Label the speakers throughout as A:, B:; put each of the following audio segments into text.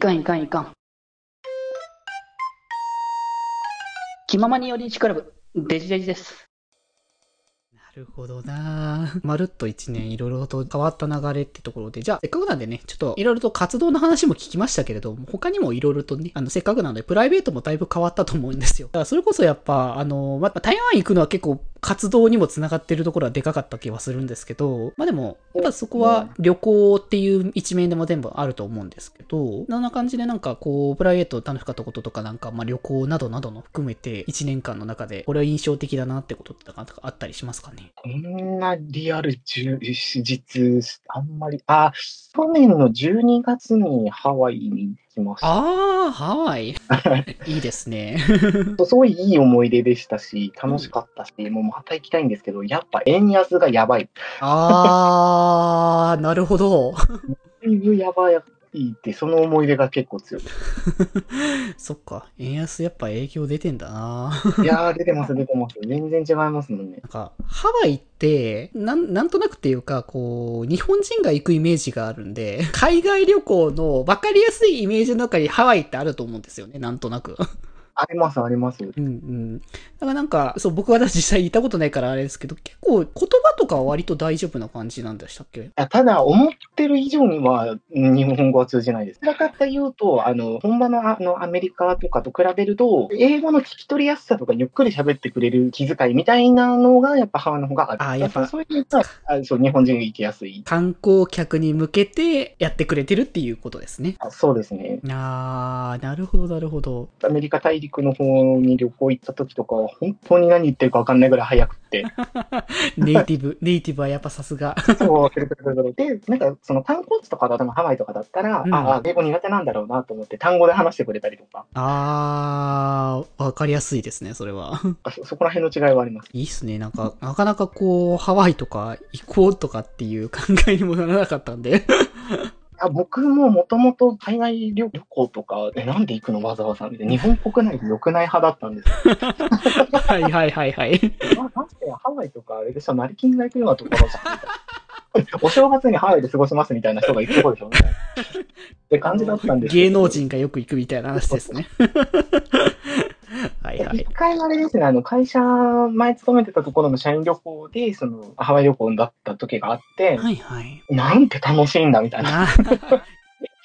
A: かんいかんいかん。気ままに寄り道クラブ、デジデジです。
B: なるほどなぁまるっと一年いろいろと変わった流れってところで、じゃあせっかくなんでね、ちょっといろいろと活動の話も聞きましたけれども、他にもいろいろとね、あの、せっかくなのでプライベートもだいぶ変わったと思うんですよ。だからそれこそやっぱ、あの、まあ、台湾行くのは結構活動にもつながってるところはでかかった気はするんですけど、まあ、でも、やっぱそこは旅行っていう一面でも全部あると思うんですけど、そんな感じでなんかこう、プライベートを楽しかったこととかなんか、まあ、旅行などなどの含めて、一年間の中で、これは印象的だなってことってなんかあったりしますかね
C: こんなリアル充実、あんまり、あ、去年の12月にハワイに行きました。
B: ああ、ハワイ。 いいですね。
C: すごいいい思い出でしたし、楽しかったし、もうまた行きたいんですけど、やっぱ円安がやばい。
B: ああ、なるほど。
C: だいぶやばいって、その思い出が結構強い。
B: そっか、円安やっぱ影響出てんだな。
C: いやー、出てます、出てます。全然違いますもんね。
B: なんか、ハワイって、なん、なんとなくっていうか、こう、日本人が行くイメージがあるんで、 海外旅行の分かりやすいイメージの中にハワイってあると思うんですよね、なんとな く。
C: あります、あります。
B: うんうん。だからなんか、そう、僕は実際行ったことないからあれですけど、結構言葉とかは割と大丈夫な感じなんでしたっけ
C: いやただ、思ってる以上にはうん日本語は通じないです。どちらかっていうと、あの、本場のああのアメリカとかと比べると、英語の聞き取りやすさとかゆっくり喋ってくれる気遣いみたいなのが、やっぱハワイの方がある。
B: あやっぱ
C: そういう意味ではあそう、日本人が行きやすい。
B: 観光客に向けてやってくれてるっていうことですね。
C: あそうですね。
B: あー、なるほど、なるほど。
C: アメリカ大陸の方に旅行行った時とかは、本当に何言ってるか分かんないぐらい早く って。
B: ネイティ ブ、ネイティブはやっぱさすが。
C: そう、くるくるくるくるで、なんか、その観光地とかだと、ハワイとかだったら、
B: うん
C: ああ、英語苦手なんだろうなと思って、単語で話してくれたりとか、
B: あー、わかりやすいですね、それは。
C: あそそこら辺の違いはあります。
B: いいっすね。なんか、なかなかこう、ハワイとか行こうとかっていう考えにもならなかったん で。
C: あ僕ももともと海外旅旅行とか、え、なんで行くのわざわざみたいな、日本国内で良くない派だったんです
B: はいはいはいはい。
C: よ。まあ、ましてやハワイとか、あれでしょ、成金が行くようなところじゃん、みたいな。お正月にハワイで過ごしますみたいな人が行くとこでしょ、みたいな。って感じだったんですけど
B: 芸能人がよく行くみたいな話ですね。はいは
C: 一
B: い。
C: 回あれですね、あの会社、前勤めてたところの社員旅行で、そのハワイ旅行だった時があって、
B: はいはい。
C: なんて楽しいんだみたいな。
B: な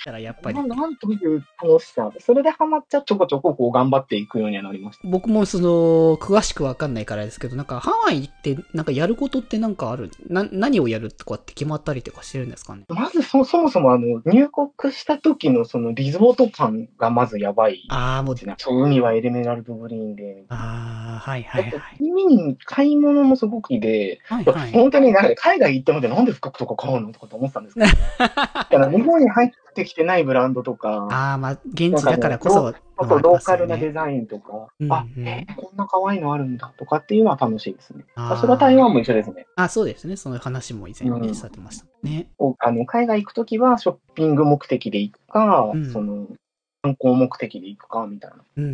B: たらやっぱり
C: な。なんという楽しさ。それでハマっちゃちょこちょここう頑張っていくようにはなりました。
B: 僕もその、詳しくわかんないからですけど、なんかハワイって、なんかやることってなんかあるな、何をやるとかって決まったりとかしてるんですかね
C: まずそそもそもあの入国した時のそのリゾート感がまずやばい。
B: あー、もう、
C: そう海はエレメラルドグリーンで。
B: あー、はいはいはい。
C: 海に買い物もすごくで、
B: はいはい。
C: 本当になんか海外行ってもでなんで服とか買うのとかと思ってたんですけど、 だから日本に入ってきてないブランドとか、
B: ああ、まあ、現地だからこそ、
C: あとローカル
B: まあ
C: な
B: ありま
C: デ
B: すよね
C: ザインとか、
B: うん
C: あ、
B: うん
C: えこんな可愛いのあるんだとかっていうのは楽しいですね。
B: あー
C: それは台湾も一緒ですね。
B: あ、そうですね。その話も以前にされてましたね。
C: おあの海外行くときはショッピング目的で行くか、
B: うん
C: その観光目的で行くかみたいな。
B: うんうんう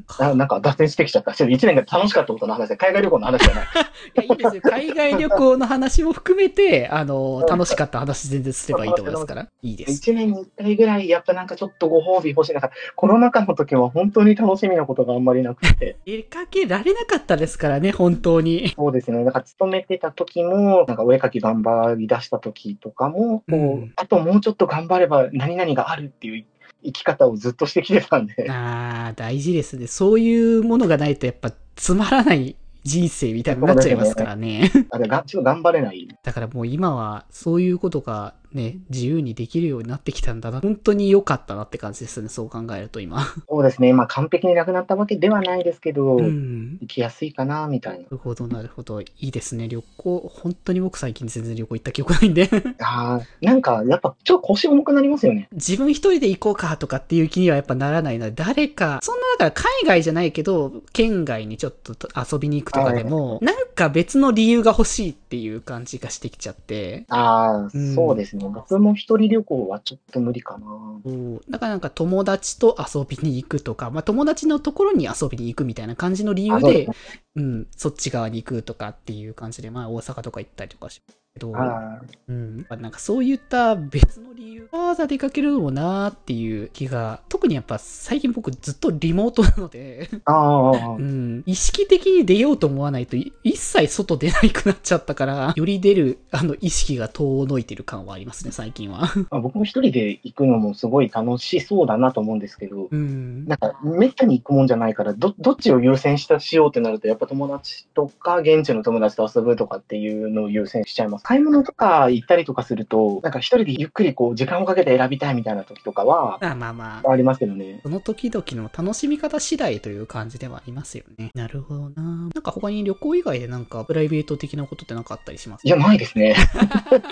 B: ん。
C: ななんか脱線してきちゃった。ちょっと1年間楽しかったことの話で、海外旅行の話じ ゃない。
B: いや、いいですよ。海外旅行の話も含めて、あの、楽しかった話全然すればいいと思いますから。いいです。
C: 1年に1回ぐらい、やっぱなんかちょっとご褒美欲しいな。コロナ禍の時は本当に楽しみなことがあんまりなく て。
B: 出かけられなかったですからね、本当に。
C: そうですね。なんか勤めてた時も、なんかお絵かき頑張り出した時とかも、こ
B: う
C: うんあともうちょっと頑張れば何々があるっていう生き方をずっとしてきてたんで、
B: ああ、大事ですね。そういうものがないと、やっぱ、つまらない人生みたいになっちゃいますからね。
C: あれがちょっと頑張れない。
B: だからもう今は、そういうことがね、自由にできるようになってきたんだな。本当に良かったなって感じですね。そう考えると今。
C: そうですね。まあ完璧になくなったわけではないですけど、
B: うん。
C: 生きやすいかな、みたいな
B: な。るほど、なるほど。いいですね。旅行、本当に僕最近全然旅行行った記憶ないんで。
C: ああ、なんかやっぱちょっと腰重くなりますよね。
B: 自分一人で行こうかとかっていう気にはやっぱならないので、誰か、そんなだから海外じゃないけど、県外にちょっと遊びに行くとかでも、なんか別の理由が欲しいっていう感じがしてきちゃって。
C: ああ、
B: うん
C: そうですね。僕も一人旅行はちょっと無理かな。
B: そうだからなんか友達と遊びに行くとか、まあ友達のところに遊びに行くみたいな感じの理由
C: あそうで、
B: ですうん、そっち側に行くとかっていう感じで、まあ大阪とか行ったりとかしけど、
C: あ
B: うん、なんかそういった別の理由、わざわざ出かけるのもなーっていう気が、特にやっぱ最近僕ずっとリモートなので、
C: ーあー
B: う、ん、意識的に出ようと思わないとい一切外出なくなっちゃったから、 より出る、あの、意識が遠のいてる感はありますね、最近は。
C: ま あ僕も一人で行くのもすごい楽しそうだなと思うんですけど、
B: うん。
C: なんか、めったに行くもんじゃないから、ど、どっちを優先したしようってなると、やっぱ友達とか、現地の友達と遊ぶとかっていうのを優先しちゃいます。買い物とか行ったりとかすると、なんか一人でゆっくりこう、時間をかけて選びたいみたいな時とかは、
B: あまあまあ、
C: ありますけどね。
B: その時々の楽しみ方次第という感じではありますよね。なるほどな。なんか他に旅行以外でなんかプライベート的なことってなんかあったりします
C: いや、ないで すね。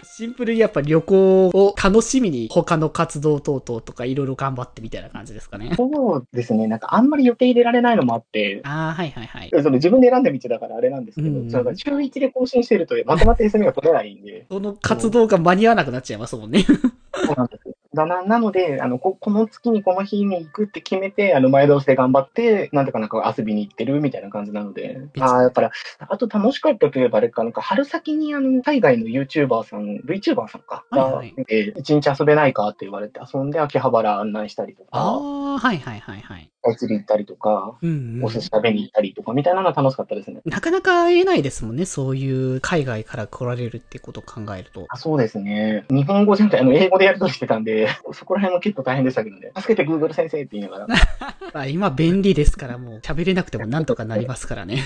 B: シンプルにやっぱ旅行を楽しみに他の活動等々とかいろいろ頑張ってみたいな感じですかね。
C: そうですね。なんか、あんまり予定入れられないのもあって、
B: ああ、はいはいはい。
C: その自分で選んだ道だからあれなんですけど、
B: うん
C: その週1で更新してると、まとまって休みが取れないんで。
B: その活動が間に合わなくなっちゃいますもんね。
C: そうなんですよだななのであのこ、この月にこの日に行くって決めて、あの前倒しで頑張って、なんとかなんか遊びに行ってるみたいな感じなので、
B: 別に
C: ああ、だから、あと楽しかったといえば、あれか、なんか春先にあの海外の YouTuber さん、VTuber さんか、
B: はいはい
C: がえー一日遊べないかって言われて、遊んで秋葉原案内したりと
B: あ
C: か、
B: あ、はいはいはいはい。
C: お釣り行ったりとか、
B: うん、う
C: お寿司
B: ん。
C: 食べに行ったりとかみたいなのは楽しかったですね。
B: なかなか得ないですもんね。そういう海外から来られるってことを考えると。
C: あそうですね。日本語じゃなくて、あの、英語でやるとりしてたんで、 そこら辺も結構大変でしたけどね。助けて Google 先生って言いながら。
B: まあ今便利ですからもう喋れなくてもなんとかなりますからね。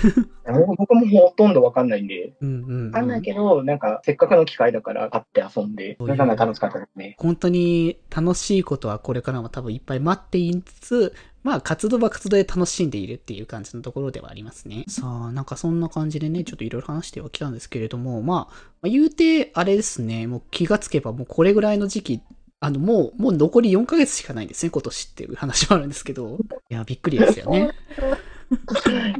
C: 僕僕もほとんどわかんないんで、
B: うんうん、
C: わかんないけど、なんか、せっかくの機会だから、会って遊んで、
B: そ
C: そう
B: いう
C: れが楽しかったですね。
B: 本当に楽しいことはこれからも多分いっぱい待っていつつ、まあ活動は活動で楽しんでいるっていう感じのところではありますね。さあ、なんかそんな感じでね、ちょっといろいろ話してはきたんですけれども、まあ、まあ言うて、あれですね、もう気がつけばもうこれぐらいの時期、あの、もう、もう残り4ヶ月しかないんですね、今年っていう話もあるんですけど。いや、びっくりですよね。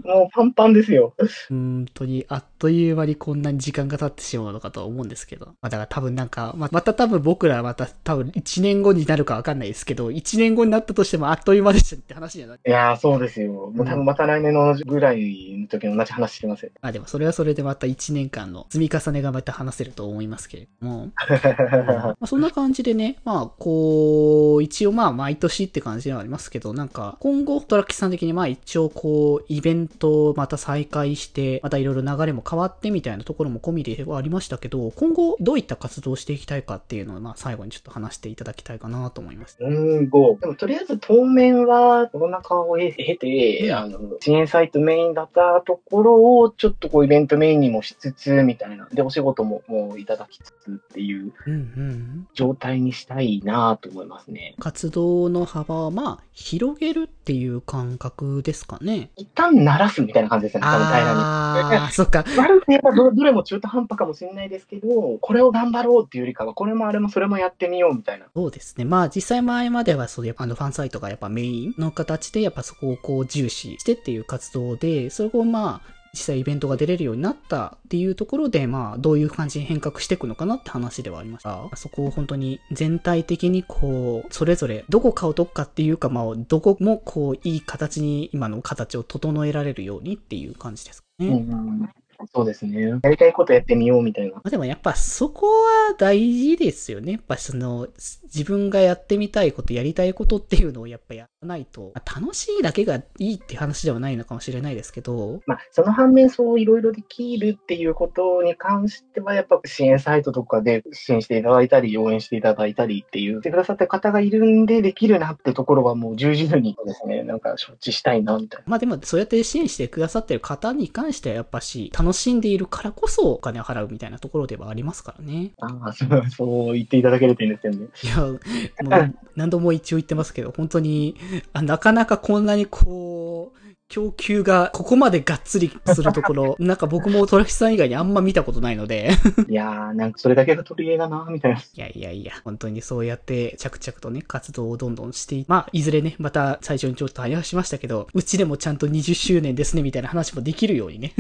C: もうパンパンですよ。
B: 本当にあっという間にこんなに時間が経ってしまうのかとは思うんですけど。まあだから多分なんか、まあまた多分僕らはまた多分1年後になるかわかんないですけど、1年後になったとしてもあっという間でしたって話じゃない。
C: いやー、そうですよ。もう多分また来年のぐらいの時の同じ話してますよ。
B: まあでもそれはそれでまた1年間の積み重ねがまた話せると思いますけれど も。まあ、そんな感じでね、まあ、こう、一応まあ、毎年って感じではありますけど、なんか、今後、トラキさん的にまあ、一応こう、イベントをまた再開して、またいろいろ流れも変わってみたいなところも込みではありましたけど、今後、どういった活動をしていきたいかっていうのを、まあ、最後にちょっと話していただきたいかなと思います。
C: うん、ご。でも、とりあえず当面は、コロナ禍を経て、
B: うん
C: あの、支援サイトメインだったところを、ちょっとこう、イベントメインにもしつつ、みたいな。で、お仕事ももういただきつつっていう
B: うんうん。
C: 状態にしたいなと思いますね。
B: 活動の幅は、まあ、広げるっていう感覚ですかね。
C: 一旦鳴らすみたいな感じですよね、多分平らに。
B: ああ、そっか。
C: 悪く言えばどどれも中途半端かもしれないですけど、これを頑張ろうっていうよりかは、これもあれもそれもやってみようみたいな。
B: そうですね。まあ実際前まではそういうあのファンサイトがやっぱメインの形でやっぱそこをこう重視してっていう活動で、それをまあ実際イベントが出れるようになったっていうところでまあどういう感じに変革していくのかなって話ではありました。そこを本当に全体的にこうそれぞれどこかをどっかっていうかまあどこもこういい形に今の形を整えられるようにっていう感じですかね。
C: うん、そうですね。やりたいことやってみようみたいな。
B: まあでもやっぱそこは大事ですよね。やっぱその自分がやってみたいこと、やりたいことっていうのをやっぱやらないと、まあ楽しいだけがいいって話ではないのかもしれないですけど、
C: まあ、その反面、そういろいろできるっていうことに関しては、やっぱ支援サイトとかで支援していただいたり、応援していただいたりっていう、してくださった方がいるんで、できるなってところはもう重々にですね、なんか承知したいなみたいな。
B: まあでもそうやって支援してくださってる方に関してはやっぱし楽しんでいるからこそお金を払うみたいなところではありますからね。
C: ああ、そうそう言っていただけるといいんですよ ね。
B: いや、もう何度も一応言ってますけど、本当に、あなかなかこんなにこう、供給がここまでがっつりするところ、なんか僕もトラキさん以外にあんま見たことないので、
C: いやー、なんかそれだけが取り柄だなみたいな。
B: いやいやいや、本当にそうやって着々とね、活動をどんどんしてい、まあ、いずれね、また最初にちょっと話しましたけど、うちでもちゃんと20周年ですね、みたいな話もできるようにね。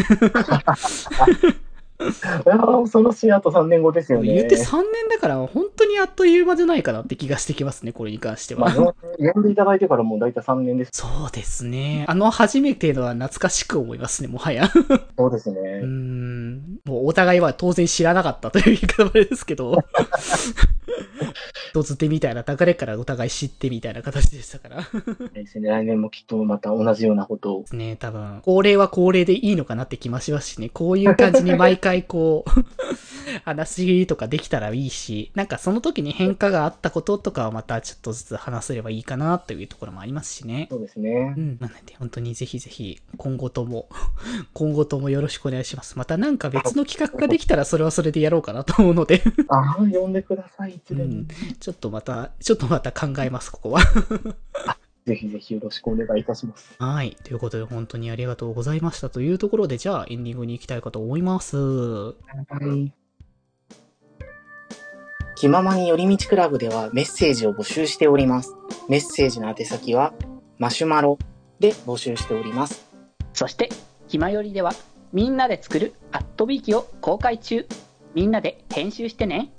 C: ああ、恐ろしい、あと3年後ですよね。
B: 言うて3年だから、本当にあっという間じゃないかなって気がしてきますね、これに関して
C: まあ、
B: は。
C: よ呼んでいただいてからもう大体3年です。
B: そうですね。あの初めてのは懐かしく思いますね、も はや。
C: そうです
B: うー
C: ね。
B: ん。もうお互いは当然知らなかったという言い方もあれですけ ど。どつてみたいな流れからお互い知ってみたいな形でしたから。
C: ですね来年もきっとまた同じようなことを。
B: ね多分、恒例は恒例でいいのかなって気もしますしね、こういう感じに毎回こう、 話とかできたらいいし、なんかその時に変化があったこととかをまたちょっとずつ話せればいいかなというところもありますしね。
C: そうですね
B: う。ん、なので、本当にぜひぜひ、今後とも、 今後ともよろしくお願いします。またなんか別の企画ができたら、それはそれでやろうかなと思うので、
C: ああ、呼んでください、いつ
B: う
C: でも。
B: ん、ちょっとまた、ちょっとまた考えます、ここは。
C: ぜひぜひよろしくお願いいたします。
B: はい。ということで、本当にありがとうございましたというところで、じゃあ、エンディングに行きたいかと思います。
C: はい。気ままに寄り道クラブではメッセージを募集しております。メッセージの宛先は、マシュマロで募集しております。
A: そして、ひまよりでは、みんなで作るアットビーキを公開中。みんなで編集してね。